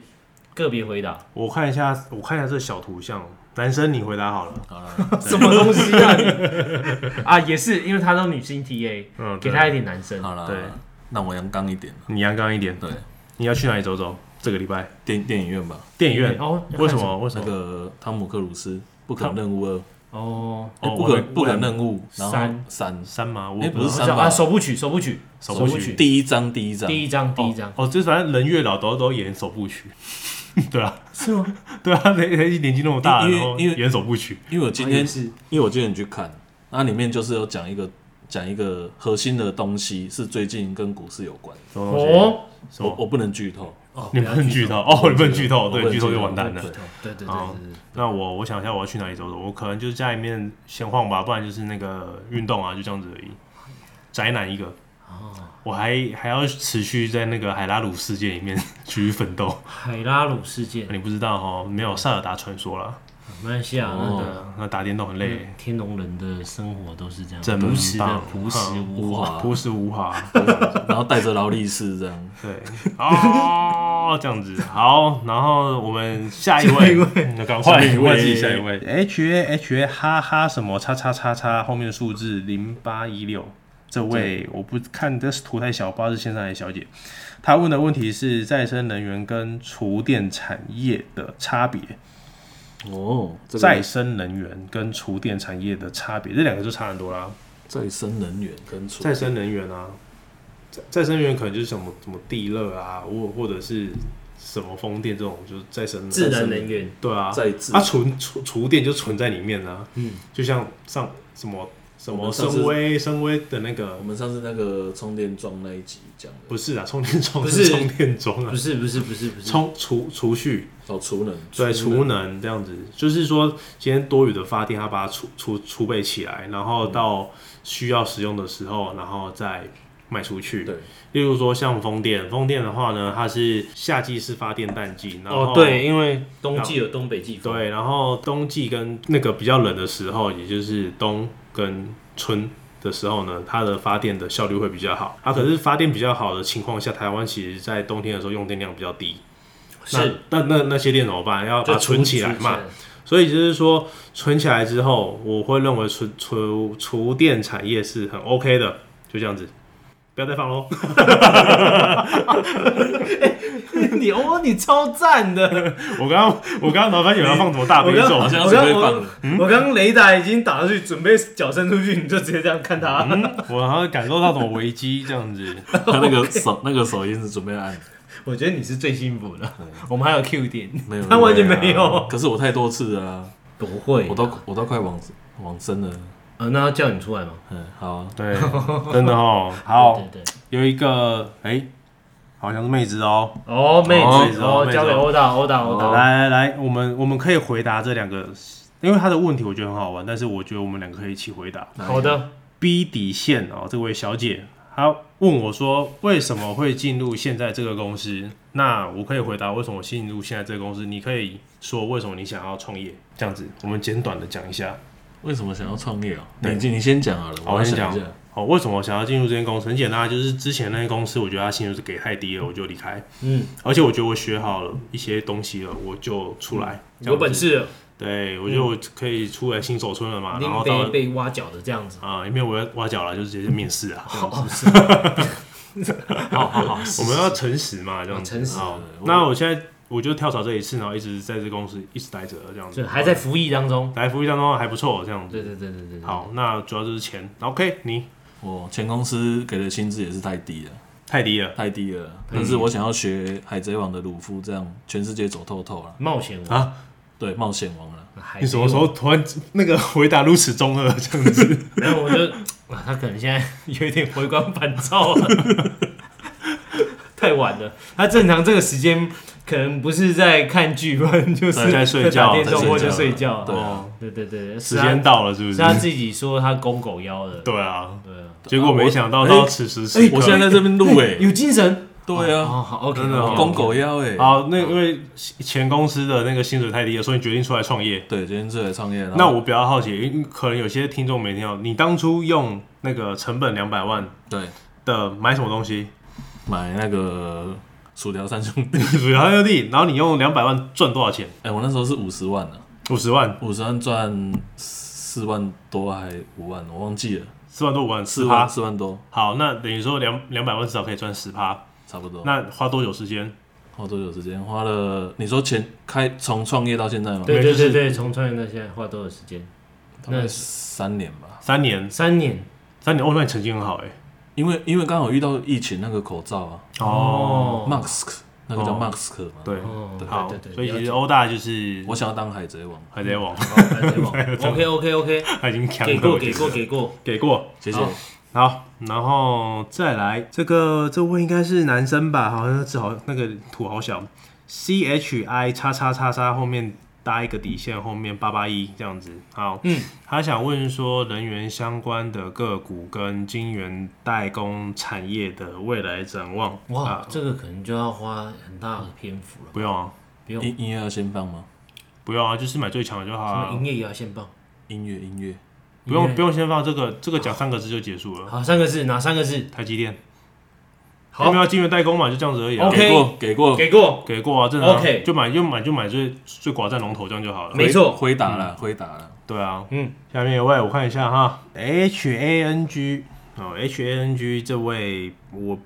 [SPEAKER 2] 个别回答？
[SPEAKER 3] 我看一下，我看一下这小图像。男生，你回答好了。
[SPEAKER 1] 好了，
[SPEAKER 2] 什么东西啊你？啊，也是因为她都女性 TA，
[SPEAKER 3] 嗯，
[SPEAKER 2] 给
[SPEAKER 3] 对
[SPEAKER 2] 她一点男生。
[SPEAKER 1] 好了，
[SPEAKER 3] 对
[SPEAKER 1] 好啦那我阳刚一点。啊
[SPEAKER 3] 你阳刚一点。
[SPEAKER 1] 对，
[SPEAKER 3] 你要去哪里走走？这个礼拜
[SPEAKER 1] 电电影院吧，
[SPEAKER 3] 电影院？
[SPEAKER 2] 哦，要看
[SPEAKER 3] 为嗯什？么？为什
[SPEAKER 1] 那
[SPEAKER 3] 么？
[SPEAKER 1] 个汤姆克鲁斯不可能任务二，
[SPEAKER 2] 哦，
[SPEAKER 1] 哎
[SPEAKER 3] 哦
[SPEAKER 1] 不
[SPEAKER 3] 我
[SPEAKER 1] 可
[SPEAKER 3] 还
[SPEAKER 1] 不可能任务，然后
[SPEAKER 2] 三
[SPEAKER 1] 三
[SPEAKER 3] 三吗？我
[SPEAKER 1] 哎
[SPEAKER 3] 不
[SPEAKER 1] 不
[SPEAKER 3] 知
[SPEAKER 1] 是
[SPEAKER 3] 道
[SPEAKER 1] 三吧
[SPEAKER 2] 啊，首部曲，首部曲，
[SPEAKER 3] 首
[SPEAKER 2] 部
[SPEAKER 3] 部曲
[SPEAKER 2] 曲，
[SPEAKER 1] 第一章第一章
[SPEAKER 2] 第一章，第一章，
[SPEAKER 3] 哦，就是反正人越老都都演首部曲， 对啊，
[SPEAKER 2] 是吗？
[SPEAKER 3] 对啊，人人年纪那么大了，
[SPEAKER 1] 因为
[SPEAKER 3] 然后
[SPEAKER 1] 因为
[SPEAKER 3] 演首部曲，
[SPEAKER 1] 因为我今
[SPEAKER 2] 啊
[SPEAKER 1] 天
[SPEAKER 2] 也是
[SPEAKER 1] 因为我今天去看，那里面就是有讲一个讲一个核心的东西是最近跟股市有关的，
[SPEAKER 3] 什么东西？
[SPEAKER 2] 哦
[SPEAKER 3] 什
[SPEAKER 1] 我
[SPEAKER 3] 么？
[SPEAKER 1] 我不能剧透，
[SPEAKER 2] 哦，
[SPEAKER 3] 你
[SPEAKER 2] 不
[SPEAKER 3] 不
[SPEAKER 2] 要
[SPEAKER 3] 能剧透哦，你不能剧透，
[SPEAKER 1] 我不
[SPEAKER 3] 对，
[SPEAKER 1] 能
[SPEAKER 3] 剧透就完
[SPEAKER 2] 不要
[SPEAKER 3] 蛋了
[SPEAKER 2] 剧。透对对对
[SPEAKER 3] 好
[SPEAKER 2] 对对对，
[SPEAKER 3] 那我我想一下，我要去哪里走走？我可能就是家里面闲晃吧，不然就是那个运动啊，就这样子而已。宅男一个，我还还要持续在那个海拉鲁世界里面 继续奋斗。
[SPEAKER 2] 海拉鲁事件，
[SPEAKER 3] 你不知道哦，没有塞尔达传说啦，
[SPEAKER 2] 马来西亚那
[SPEAKER 1] 哦
[SPEAKER 3] 对
[SPEAKER 2] 个
[SPEAKER 3] 啊，那打电动很累，
[SPEAKER 2] 天龙人的生活都是这样，
[SPEAKER 3] 真
[SPEAKER 2] 朴实的
[SPEAKER 3] 棒
[SPEAKER 2] 朴实无华。
[SPEAKER 1] 哇
[SPEAKER 3] 朴实无 华。
[SPEAKER 1] 然后带着劳力士这样，
[SPEAKER 3] 对， 哦，这样子好，然后我们下一位，嗯那赶快
[SPEAKER 1] 下一位
[SPEAKER 3] 问自己下一位，H A H A 哈哈什么叉叉叉叉后面的数字零八一六，这位我不看这是图太小，不知道是线上还是小姐，她问的问题是再生能源跟厨电产业的差别，
[SPEAKER 1] 哦，这个
[SPEAKER 3] 再生能源跟厨电产业的差别，这两个就差很多啦。
[SPEAKER 1] 再生能源跟储
[SPEAKER 3] 再生能源啊，再再生能源可能就是什么什么地热啊，或或者是什么风电这种，就是再生能
[SPEAKER 2] 自然能源，
[SPEAKER 3] 对啊，
[SPEAKER 1] 再制
[SPEAKER 3] 它存储储电就存在里面啊，
[SPEAKER 2] 嗯，
[SPEAKER 3] 就像上什么什
[SPEAKER 1] 我
[SPEAKER 3] 么
[SPEAKER 1] 们上次
[SPEAKER 3] 深威深威的那个
[SPEAKER 1] 我们上次那个充电桩那一集讲的，
[SPEAKER 3] 不是啊，充电桩
[SPEAKER 2] 不是
[SPEAKER 3] 充电桩啊
[SPEAKER 2] 不，是不是不是不是，
[SPEAKER 3] 充储储蓄
[SPEAKER 1] 哦，储能，
[SPEAKER 3] 对，
[SPEAKER 1] 储
[SPEAKER 3] 储能这样子，就是说今天多余的发电，它把它储储储备起来，然后到需要使用的时候，然后再卖出去。
[SPEAKER 1] 对，
[SPEAKER 3] 例如说像风电，风电的话呢，它是夏季是发电淡季，然
[SPEAKER 2] 哦，
[SPEAKER 3] 后
[SPEAKER 2] 对，因为冬
[SPEAKER 3] 冬
[SPEAKER 2] 季有东北季风，
[SPEAKER 3] 对，然后冬季跟那个比较冷的时候，也就是冬跟春的时候呢，它的发电的效率会比较好。啊，可是发电比较好的情况下，台湾其实在冬天的时候用电量比较低。
[SPEAKER 2] 是
[SPEAKER 3] 那那那那些电怎么办？要把它
[SPEAKER 2] 就
[SPEAKER 3] 存起来嘛。，所以就是说，存起来之后，我会认为存储厨电产业是很 OK 的，就这样子，不要再放喽。哦
[SPEAKER 2] 你哦，你超赞的！
[SPEAKER 3] 我刚刚我刚刚脑袋有要放什么 大悲
[SPEAKER 2] 我
[SPEAKER 3] 咒
[SPEAKER 1] 好，像
[SPEAKER 2] 我
[SPEAKER 1] 是
[SPEAKER 2] 刚
[SPEAKER 1] 被
[SPEAKER 2] 我
[SPEAKER 1] 放了，
[SPEAKER 2] 我刚刚雷达已经打出去，准备脚伸出去，你就直接这样看他。
[SPEAKER 3] 我好像感受到什么危机这样子。
[SPEAKER 1] 他那个手 那个手印是准备按，
[SPEAKER 2] 我觉得你是最幸福的，我们还有 Q 点，
[SPEAKER 1] 没有，
[SPEAKER 2] 他完全
[SPEAKER 1] 对啊
[SPEAKER 2] 没有，
[SPEAKER 1] 可是我太多次了啊，
[SPEAKER 2] 不会
[SPEAKER 1] 我都我都快往往生了，
[SPEAKER 2] 呃，那要叫你出来吗？
[SPEAKER 1] 嗯，好啊，
[SPEAKER 3] 对，真的哦。好，
[SPEAKER 2] 对对，
[SPEAKER 3] 有一个哎、好像是妹子哦。
[SPEAKER 2] 哦，妹
[SPEAKER 3] 哦
[SPEAKER 2] 子，哦，
[SPEAKER 3] 妹子
[SPEAKER 2] 交给
[SPEAKER 3] 哦
[SPEAKER 2] 欧达，欧达，欧达，
[SPEAKER 3] 来来来，我们我们可以回答这两个，因为他的问题我觉得很好玩，但是我觉得我们两个可以一起回答。
[SPEAKER 2] 好的，
[SPEAKER 3] B 底线哦，这位小姐，她问我说为什么会进入现在这个公司？那我可以回答为什么我进入现在这个公司，你可以说为什么你想要创业，这样子，我们简短的讲一下。
[SPEAKER 1] 为什么想要创业哦？
[SPEAKER 3] 对
[SPEAKER 1] 你你先讲好了，
[SPEAKER 3] 好
[SPEAKER 1] 来
[SPEAKER 3] 先
[SPEAKER 1] 想一
[SPEAKER 3] 讲
[SPEAKER 1] 下。
[SPEAKER 3] 哦，为什么我想要进入这间公司？很简单，啊就是之前那间公司，我觉得它薪水是给太低了，我就离开。
[SPEAKER 2] 嗯，
[SPEAKER 3] 而且我觉得我学好了一些东西了，我就出来。
[SPEAKER 2] 嗯有本事嗯了，
[SPEAKER 3] 对，我觉得我可以出来新手村了嘛，然
[SPEAKER 2] 另
[SPEAKER 3] 后
[SPEAKER 2] 被
[SPEAKER 3] 到
[SPEAKER 2] 被挖角的这样子。
[SPEAKER 3] 啊，因为我要挖角了，就是直接面试啊。
[SPEAKER 2] 哦，是
[SPEAKER 1] 好好好，
[SPEAKER 3] 我们要诚实嘛，这样
[SPEAKER 2] 哦
[SPEAKER 3] 子。
[SPEAKER 2] 诚实
[SPEAKER 3] 好
[SPEAKER 1] 对，
[SPEAKER 3] 那我现在我就跳槽这一次，然后一直在这公司一直待着，这样子。
[SPEAKER 2] 就还在服役当中。
[SPEAKER 3] 来服务当中还不错，这样子。
[SPEAKER 2] 对对对对对，对，
[SPEAKER 3] 好，那主要就是钱。OK，你
[SPEAKER 1] 我前公司给的薪资也是太低了，
[SPEAKER 3] 太低了
[SPEAKER 1] 太低了。但是我想要学《海贼王》的鲁夫，这样全世界走透透了，
[SPEAKER 2] 冒险王，
[SPEAKER 3] 啊！
[SPEAKER 1] 对，冒险王啊了。
[SPEAKER 2] 海
[SPEAKER 3] 你什
[SPEAKER 2] 贼
[SPEAKER 3] 么时候突然那个回答如此中二这样子？
[SPEAKER 2] 然 后我就，啊他可能现在有一点回光返照了。太晚了。他正常这个时间可能不是在看剧，不然就是
[SPEAKER 3] 对在睡
[SPEAKER 2] 打
[SPEAKER 3] 觉
[SPEAKER 2] 电动
[SPEAKER 1] 在睡觉
[SPEAKER 2] 或者睡觉。
[SPEAKER 1] 对啊
[SPEAKER 3] 哦，
[SPEAKER 2] 对对对，
[SPEAKER 3] 时间到了是不
[SPEAKER 2] 是啊他
[SPEAKER 3] 是？
[SPEAKER 2] 是他自己说他公狗腰的。
[SPEAKER 3] 对啊，
[SPEAKER 2] 对啊，
[SPEAKER 3] 结果没想到
[SPEAKER 1] 哎
[SPEAKER 3] 到此时此
[SPEAKER 1] 哎
[SPEAKER 3] 刻，
[SPEAKER 1] 我现在在这边录哎，
[SPEAKER 2] 有精神。
[SPEAKER 1] 对啊，
[SPEAKER 2] 哦好，OK，
[SPEAKER 3] 真的哦
[SPEAKER 1] 公狗腰哎，
[SPEAKER 3] 好，那因为前公司的那个薪水太低了，所以你决定出来创业。
[SPEAKER 1] 对，今天出来创业，然后
[SPEAKER 3] 那我比较好奇，因为可能有些听众没听到，你当初用那个成本两百万
[SPEAKER 1] 对
[SPEAKER 3] 的买什么东西？
[SPEAKER 1] 买那个薯条三兄弟，
[SPEAKER 3] 主要六地，然后你用两百万赚多少钱？
[SPEAKER 1] 哎，我那时候是五十万啊，
[SPEAKER 3] 五十万，
[SPEAKER 1] 五十万赚四万多还五万，我忘记了，
[SPEAKER 3] 四万多五万，
[SPEAKER 1] 四
[SPEAKER 3] 四
[SPEAKER 1] 万
[SPEAKER 3] 趴。
[SPEAKER 1] 四万多，
[SPEAKER 3] 好，那等于说两两百万至少可以赚十趴。
[SPEAKER 1] 差不多。
[SPEAKER 3] 那花多久时间？
[SPEAKER 1] 花多久时间？花了你说前开从创业到现在吗？
[SPEAKER 2] 对对
[SPEAKER 3] 就是
[SPEAKER 2] 对对，从创业到现在花多少时间？
[SPEAKER 1] 大概
[SPEAKER 2] 那
[SPEAKER 1] 三年吧。
[SPEAKER 3] 三年，
[SPEAKER 2] 三年。
[SPEAKER 3] 三年哦，那你成绩很好哎、
[SPEAKER 1] 因为因为刚好遇到疫情那个口罩啊、
[SPEAKER 3] 哦，
[SPEAKER 1] m a x 那个叫
[SPEAKER 3] 哦
[SPEAKER 1] Max 嘛。
[SPEAKER 3] 对，
[SPEAKER 2] 哦，
[SPEAKER 3] 好，
[SPEAKER 2] 对对对，
[SPEAKER 3] 所以其实
[SPEAKER 2] 了
[SPEAKER 3] 欧大就是
[SPEAKER 1] 我想要当海贼王，
[SPEAKER 3] 海贼 王，哦
[SPEAKER 2] 解 OK OK OK，
[SPEAKER 3] 他已经强了，
[SPEAKER 2] 给过
[SPEAKER 3] 我觉
[SPEAKER 2] 给
[SPEAKER 3] 得
[SPEAKER 2] 过给过。
[SPEAKER 3] 给过，
[SPEAKER 1] 谢谢。
[SPEAKER 2] 好
[SPEAKER 3] 好，然后再来这个，这位应该是男生吧？好像字好那个图好小，C H I 叉叉叉叉后面搭一个底线，后面八八一这样子。好，嗯，他想问说能源相关的个股跟晶圆代工产业的未来展望。
[SPEAKER 2] 哇
[SPEAKER 3] 啊，
[SPEAKER 2] 这个可能就要花很大的篇幅了，
[SPEAKER 3] 不用啊，
[SPEAKER 2] 不用。
[SPEAKER 1] 音音乐要先放吗？
[SPEAKER 3] 不用啊，就是买最强的就好
[SPEAKER 2] 什么
[SPEAKER 3] 啊
[SPEAKER 2] 营，业也要先报？
[SPEAKER 1] 音乐音乐，
[SPEAKER 3] 不用不用先放这个，这个讲三个字就结束了。
[SPEAKER 2] 好，三个字，哪三个字？
[SPEAKER 3] 台积电，
[SPEAKER 2] 好
[SPEAKER 3] 有没有晶圆代工嘛？就这样子而已啊。
[SPEAKER 2] OK
[SPEAKER 1] 给过给过，
[SPEAKER 2] 给过，
[SPEAKER 3] 给过啊，正常啊
[SPEAKER 2] OK
[SPEAKER 3] 就买就买就买最最寡占龙头这样就好了。
[SPEAKER 2] 没错
[SPEAKER 1] 回答了回答了。
[SPEAKER 3] 对啊，
[SPEAKER 2] 嗯，
[SPEAKER 3] 下面一位我看一下哈，H A N G 哦，H A N G 这位我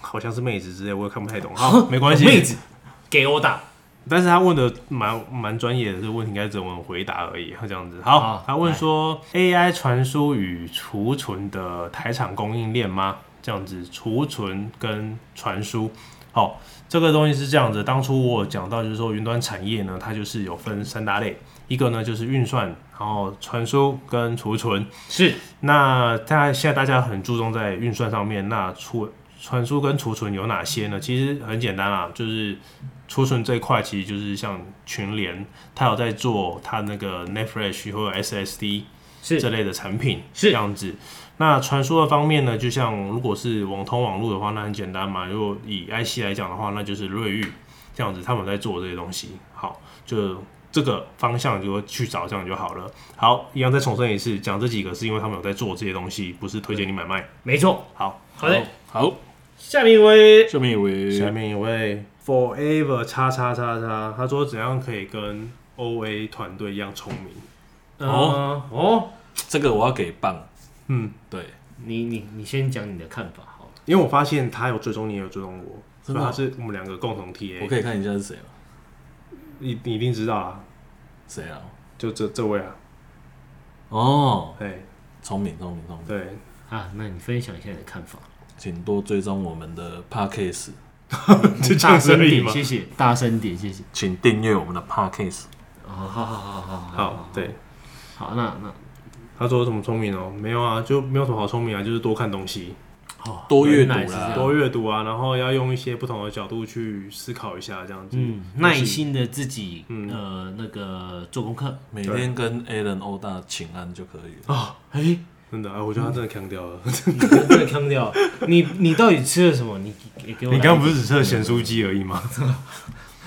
[SPEAKER 3] 好像是妹子之类，我也看不太懂 哈，没关
[SPEAKER 2] 妹
[SPEAKER 3] 系。
[SPEAKER 2] 子给殴打，
[SPEAKER 3] 但是他问的蛮蛮专业的，这个问题应该只有我们回答而已，这样子。好，
[SPEAKER 2] 好
[SPEAKER 3] 他问说 AI 传输与储存的台厂供应链吗？这样子，储存跟传输，好、这个东西是这样子。当初我有讲到就是说，云端产业呢，它就是有分三大类，一个呢就是运算，然后传输跟储存。
[SPEAKER 2] 是
[SPEAKER 3] 那大现在大家很注重在运算上面，那储传输跟储存有哪些呢？其实很简单啊，就是储存这一块，其实就是像群联，它有在做它那个 NetFlash 或者 SSD 这
[SPEAKER 2] 是
[SPEAKER 3] 类的产品，
[SPEAKER 2] 是
[SPEAKER 3] 这样子。那传输的方面呢，就像如果是网通网络的话，那很简单嘛。如果以 IC 来讲的话，那就是瑞昱这样子，他们在做这些东西。好，就这个方向就去找这样就好了。好，一样再重申一次，讲这几个是因为他们有在做这些东西，不是推荐你买卖。
[SPEAKER 2] 没错。
[SPEAKER 3] 好，
[SPEAKER 2] 好的，
[SPEAKER 1] 好，
[SPEAKER 2] 下面一位，
[SPEAKER 1] 下面一
[SPEAKER 3] 下
[SPEAKER 1] 位
[SPEAKER 3] 面一位 Forever 叉叉叉叉，他说怎样可以跟 OA 团队一样聪明？
[SPEAKER 2] 哦哦，
[SPEAKER 1] 这个我要给棒，
[SPEAKER 3] 嗯，
[SPEAKER 1] 对，
[SPEAKER 2] 你你你先讲你的看法好了。
[SPEAKER 3] 因为我发现他有追踪你，也有追踪我，
[SPEAKER 1] 真
[SPEAKER 3] 所以
[SPEAKER 1] 的
[SPEAKER 3] 他
[SPEAKER 1] 哦
[SPEAKER 3] 是我们两个共同 TA。
[SPEAKER 1] 我可以看一下是谁吗？
[SPEAKER 3] 你你一定知道啊，
[SPEAKER 1] 谁啊？
[SPEAKER 3] 就这这位啊，
[SPEAKER 1] 哦，
[SPEAKER 3] 对
[SPEAKER 1] 聪明聪明聪明，
[SPEAKER 3] 对，
[SPEAKER 2] 啊，那你分享一下你的看法。
[SPEAKER 1] 请多追踪我们的 Podcast，
[SPEAKER 3] 就这
[SPEAKER 2] 大
[SPEAKER 3] 样子
[SPEAKER 2] 声
[SPEAKER 3] 而已
[SPEAKER 2] 点，
[SPEAKER 3] 嘛。
[SPEAKER 2] 谢谢，大声点，谢谢。
[SPEAKER 1] 请订阅我们的 Podcast。
[SPEAKER 2] 哦，好好好好好
[SPEAKER 3] 好，，对，
[SPEAKER 2] 好，那那
[SPEAKER 3] 他说什么聪明哦？没有啊，就没有什么好聪明啊，就是多看东西，
[SPEAKER 2] 好
[SPEAKER 1] 多阅读啦
[SPEAKER 2] 哦原来是这样
[SPEAKER 3] 多阅读啊，然后要用一些不同的角度去思考一下，这样子。
[SPEAKER 2] 嗯，耐心的自己
[SPEAKER 3] 嗯
[SPEAKER 2] 呃那个做功课。
[SPEAKER 1] 每天跟 Alan 欧大请安就可以了。
[SPEAKER 2] 哎，
[SPEAKER 3] 真的啊，我觉得他真的强掉了。
[SPEAKER 2] 真的腔掉。你你到底吃了什么？你给给我来一
[SPEAKER 3] 你
[SPEAKER 2] 个。
[SPEAKER 3] 刚刚不是只吃了咸酥鸡而已吗？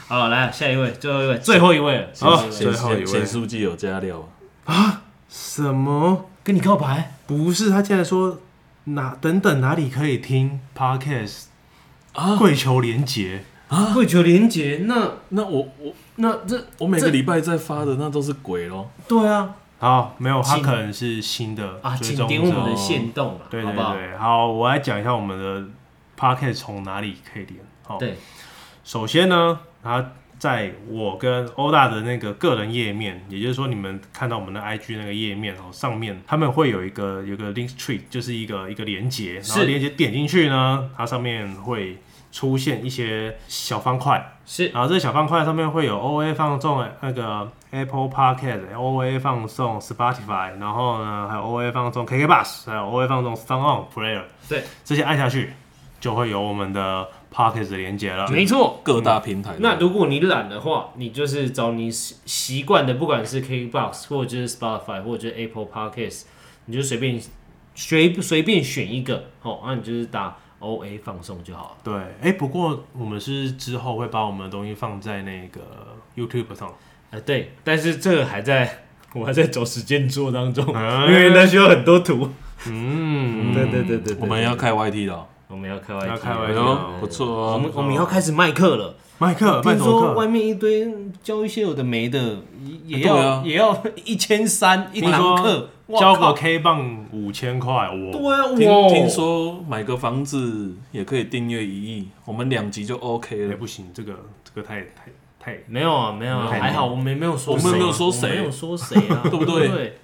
[SPEAKER 2] 好，来下一位，最后一位，最后一位了，
[SPEAKER 3] 好
[SPEAKER 1] 显
[SPEAKER 3] 最后一位
[SPEAKER 1] 显显书记有加料啊，
[SPEAKER 3] 什么？
[SPEAKER 2] 跟你告白。
[SPEAKER 3] 不是，他竟然说哪等等哪里可以听 podcast
[SPEAKER 1] 啊
[SPEAKER 3] 跪求连结，
[SPEAKER 2] 跪求连结，那
[SPEAKER 1] 那我我
[SPEAKER 2] 那这
[SPEAKER 1] 我每
[SPEAKER 2] 这
[SPEAKER 1] 个礼拜在发的那都是鬼咯。
[SPEAKER 2] 对啊
[SPEAKER 3] 好，没有，他
[SPEAKER 2] 请
[SPEAKER 3] 可能是新的
[SPEAKER 2] 啊，
[SPEAKER 3] 追
[SPEAKER 2] 请
[SPEAKER 3] 踪
[SPEAKER 2] 点我
[SPEAKER 3] 者
[SPEAKER 2] 们的线动啊，
[SPEAKER 3] 对
[SPEAKER 2] 好
[SPEAKER 3] 对
[SPEAKER 2] 不好？
[SPEAKER 3] 对，好，我来讲一下我们的 p o c a s t 从哪里可以连。好，
[SPEAKER 2] 对，
[SPEAKER 3] 首先呢，它在我跟欧大的那个个人页面，也就是说你们看到我们的 IG 那个页面哦，上面他们会有一个有一个 link tree，就是一个一个连接，然后
[SPEAKER 2] 是
[SPEAKER 3] 连接点进去呢，它上面会出现一些小方块，
[SPEAKER 2] 是
[SPEAKER 3] 然后这小方块上面会有 OA 放送那个 Apple Podcast、OA 放送 Spotify，然后呢还有 OA 放送 KK Bus，还有 OA 放送 s o n On Player，
[SPEAKER 2] 对
[SPEAKER 3] 这些按下去，就会有我们的 Pockets 的连接了。
[SPEAKER 2] 没错，
[SPEAKER 1] 各大平台。
[SPEAKER 2] 那如果你懒的话，你就是找你习习惯的，不管是 KBox 或者就是 Spotify 或者就是 Apple Podcast，你就随便随随便选一个，哦，那你就是打 OA 放送就好了。
[SPEAKER 3] 对，哎、不过我们是之后会把我们的东西放在那个 YouTube 上，
[SPEAKER 2] 呃，对，但是这个还在，我还在找时间做当中，
[SPEAKER 3] 啊
[SPEAKER 2] 因为那需要很多图。
[SPEAKER 3] 嗯，
[SPEAKER 2] 对对对对对
[SPEAKER 1] 我们要开 YT 了哦，
[SPEAKER 2] 我们要开玩
[SPEAKER 3] 要开
[SPEAKER 2] 笑，
[SPEAKER 3] YT
[SPEAKER 1] 哎呦，不错
[SPEAKER 2] 我
[SPEAKER 1] 哦。啊
[SPEAKER 2] 们我们要开始卖课了。
[SPEAKER 3] 麦克，麦
[SPEAKER 2] 听说
[SPEAKER 3] 克，
[SPEAKER 2] 外面一堆教一些有的没的，也也
[SPEAKER 1] 对
[SPEAKER 2] 要、
[SPEAKER 1] 啊
[SPEAKER 2] 也要一千三一
[SPEAKER 3] 听
[SPEAKER 2] 堂
[SPEAKER 3] 说
[SPEAKER 2] 课，哇
[SPEAKER 3] 交
[SPEAKER 2] 靠
[SPEAKER 3] 个 K 棒五千块，我
[SPEAKER 2] 对啊，
[SPEAKER 1] 听
[SPEAKER 2] 哇
[SPEAKER 1] 听说买个房子也可以订阅一亿，我们两集就 OK
[SPEAKER 3] 哎
[SPEAKER 1] 了。
[SPEAKER 3] 不行，这个这个太太太
[SPEAKER 2] 没有啊，没有啊，
[SPEAKER 1] 没有
[SPEAKER 2] 还好我们没有
[SPEAKER 1] 嗯
[SPEAKER 2] 说
[SPEAKER 1] 我
[SPEAKER 2] 谁啊，
[SPEAKER 1] 们没有说谁
[SPEAKER 2] 我没有说谁啊，
[SPEAKER 1] 对不对
[SPEAKER 2] 对？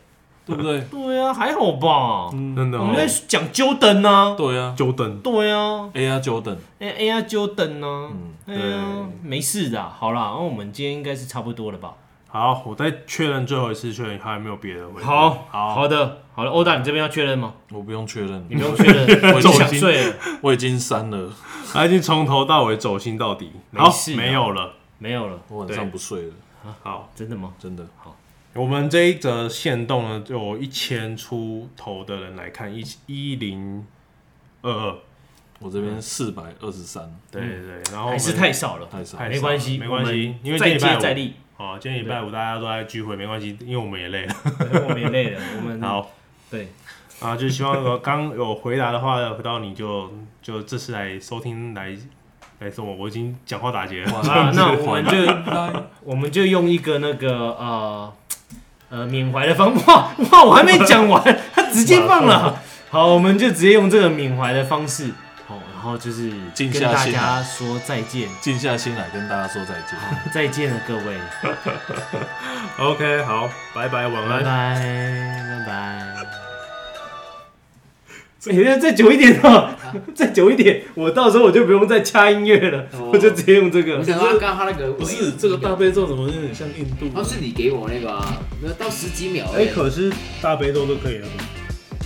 [SPEAKER 1] 对不对？
[SPEAKER 2] 对啊，还好吧。
[SPEAKER 3] 真的
[SPEAKER 2] 我
[SPEAKER 3] 哦
[SPEAKER 2] 们，在讲 Jordan 啊，
[SPEAKER 1] 对啊
[SPEAKER 3] 久等，
[SPEAKER 2] 对啊，
[SPEAKER 1] ，A R Jordan，
[SPEAKER 2] 哎哎呀 Jordan 啊，哎呀，
[SPEAKER 3] 对
[SPEAKER 2] 没事的啊，好啦，那我们今天应该是差不多了吧？
[SPEAKER 3] 好，我再确认最后一次，确认还有没有别的问题。
[SPEAKER 2] 好
[SPEAKER 3] 好，
[SPEAKER 2] 的，好了，欧达，你这边要确认吗？
[SPEAKER 1] 我不用确认
[SPEAKER 2] 你，不用确认，我已经
[SPEAKER 3] 走
[SPEAKER 2] 想
[SPEAKER 3] 心
[SPEAKER 2] 睡了。
[SPEAKER 1] 我已经删了，
[SPEAKER 3] 他已经从头到尾走心到底，
[SPEAKER 2] 没
[SPEAKER 3] 好
[SPEAKER 2] 事，啊
[SPEAKER 3] 没有了。
[SPEAKER 2] 没有了，
[SPEAKER 1] 我晚上不睡了，
[SPEAKER 3] 好，
[SPEAKER 2] 真的吗？
[SPEAKER 1] 真的。
[SPEAKER 3] 我们这一则限动呢，就有一千出头的人来看，一一零二二，
[SPEAKER 1] 我这边四百二十三，
[SPEAKER 3] 对对对，然后我
[SPEAKER 2] 还
[SPEAKER 3] 们
[SPEAKER 2] 是太少了，
[SPEAKER 1] 太少。
[SPEAKER 3] 太少
[SPEAKER 2] 没关系，
[SPEAKER 3] 没关系，
[SPEAKER 2] 我
[SPEAKER 3] 因
[SPEAKER 2] 们
[SPEAKER 3] 为
[SPEAKER 2] 再
[SPEAKER 3] 今天礼拜
[SPEAKER 2] 接
[SPEAKER 3] 五
[SPEAKER 2] 再厉。
[SPEAKER 3] 哦，今天礼拜五大家都在聚会，没关系，因为我们也累了。
[SPEAKER 2] 我们也累了，我 们
[SPEAKER 3] 好
[SPEAKER 2] 对，
[SPEAKER 3] 啊，就希望我刚有回答的话，回到你就就这次来收听来来送我，我已经讲话打结了。
[SPEAKER 2] 啊那我们就
[SPEAKER 1] 拜
[SPEAKER 2] 我们就用一个那个呃呃缅怀的方哇 哇，我还没讲完，他直接放了。好，我们就直接用这个缅怀的方式，好，然后就是
[SPEAKER 1] 静
[SPEAKER 2] 跟
[SPEAKER 1] 下
[SPEAKER 2] 大
[SPEAKER 1] 心
[SPEAKER 2] 家
[SPEAKER 1] 来
[SPEAKER 2] 说再见，
[SPEAKER 1] 静下心来跟大家说再见。
[SPEAKER 2] 再见了各位，
[SPEAKER 3] OK，好，拜拜，晚
[SPEAKER 2] 拜拜拜
[SPEAKER 3] 安。
[SPEAKER 2] 拜。哎、那再久一点哦，再久一点，我到时候我就不用再掐音乐了，
[SPEAKER 4] 哦
[SPEAKER 2] 我就直接用这个
[SPEAKER 4] 你。想要刚刚他那个
[SPEAKER 1] 不是这个大悲咒怎么有点像印度
[SPEAKER 4] 哦，是你给我那个啊，没有到十几秒而
[SPEAKER 3] 哎、
[SPEAKER 4] 已。
[SPEAKER 3] 可是大悲咒都可以了吗？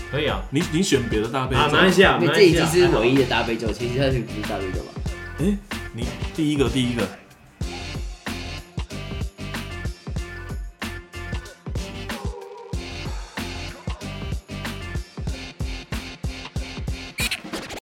[SPEAKER 2] 可以啊，
[SPEAKER 1] 你你选别的大悲
[SPEAKER 2] 啊，
[SPEAKER 1] 咒
[SPEAKER 2] 没，关系啊，
[SPEAKER 4] 因
[SPEAKER 2] 没
[SPEAKER 4] 为
[SPEAKER 2] 关
[SPEAKER 4] 这已
[SPEAKER 2] 系
[SPEAKER 4] 经
[SPEAKER 2] 啊。
[SPEAKER 4] 是唯一的大悲咒，其实它是不是大悲咒吧？
[SPEAKER 1] 哎，你第一个第一个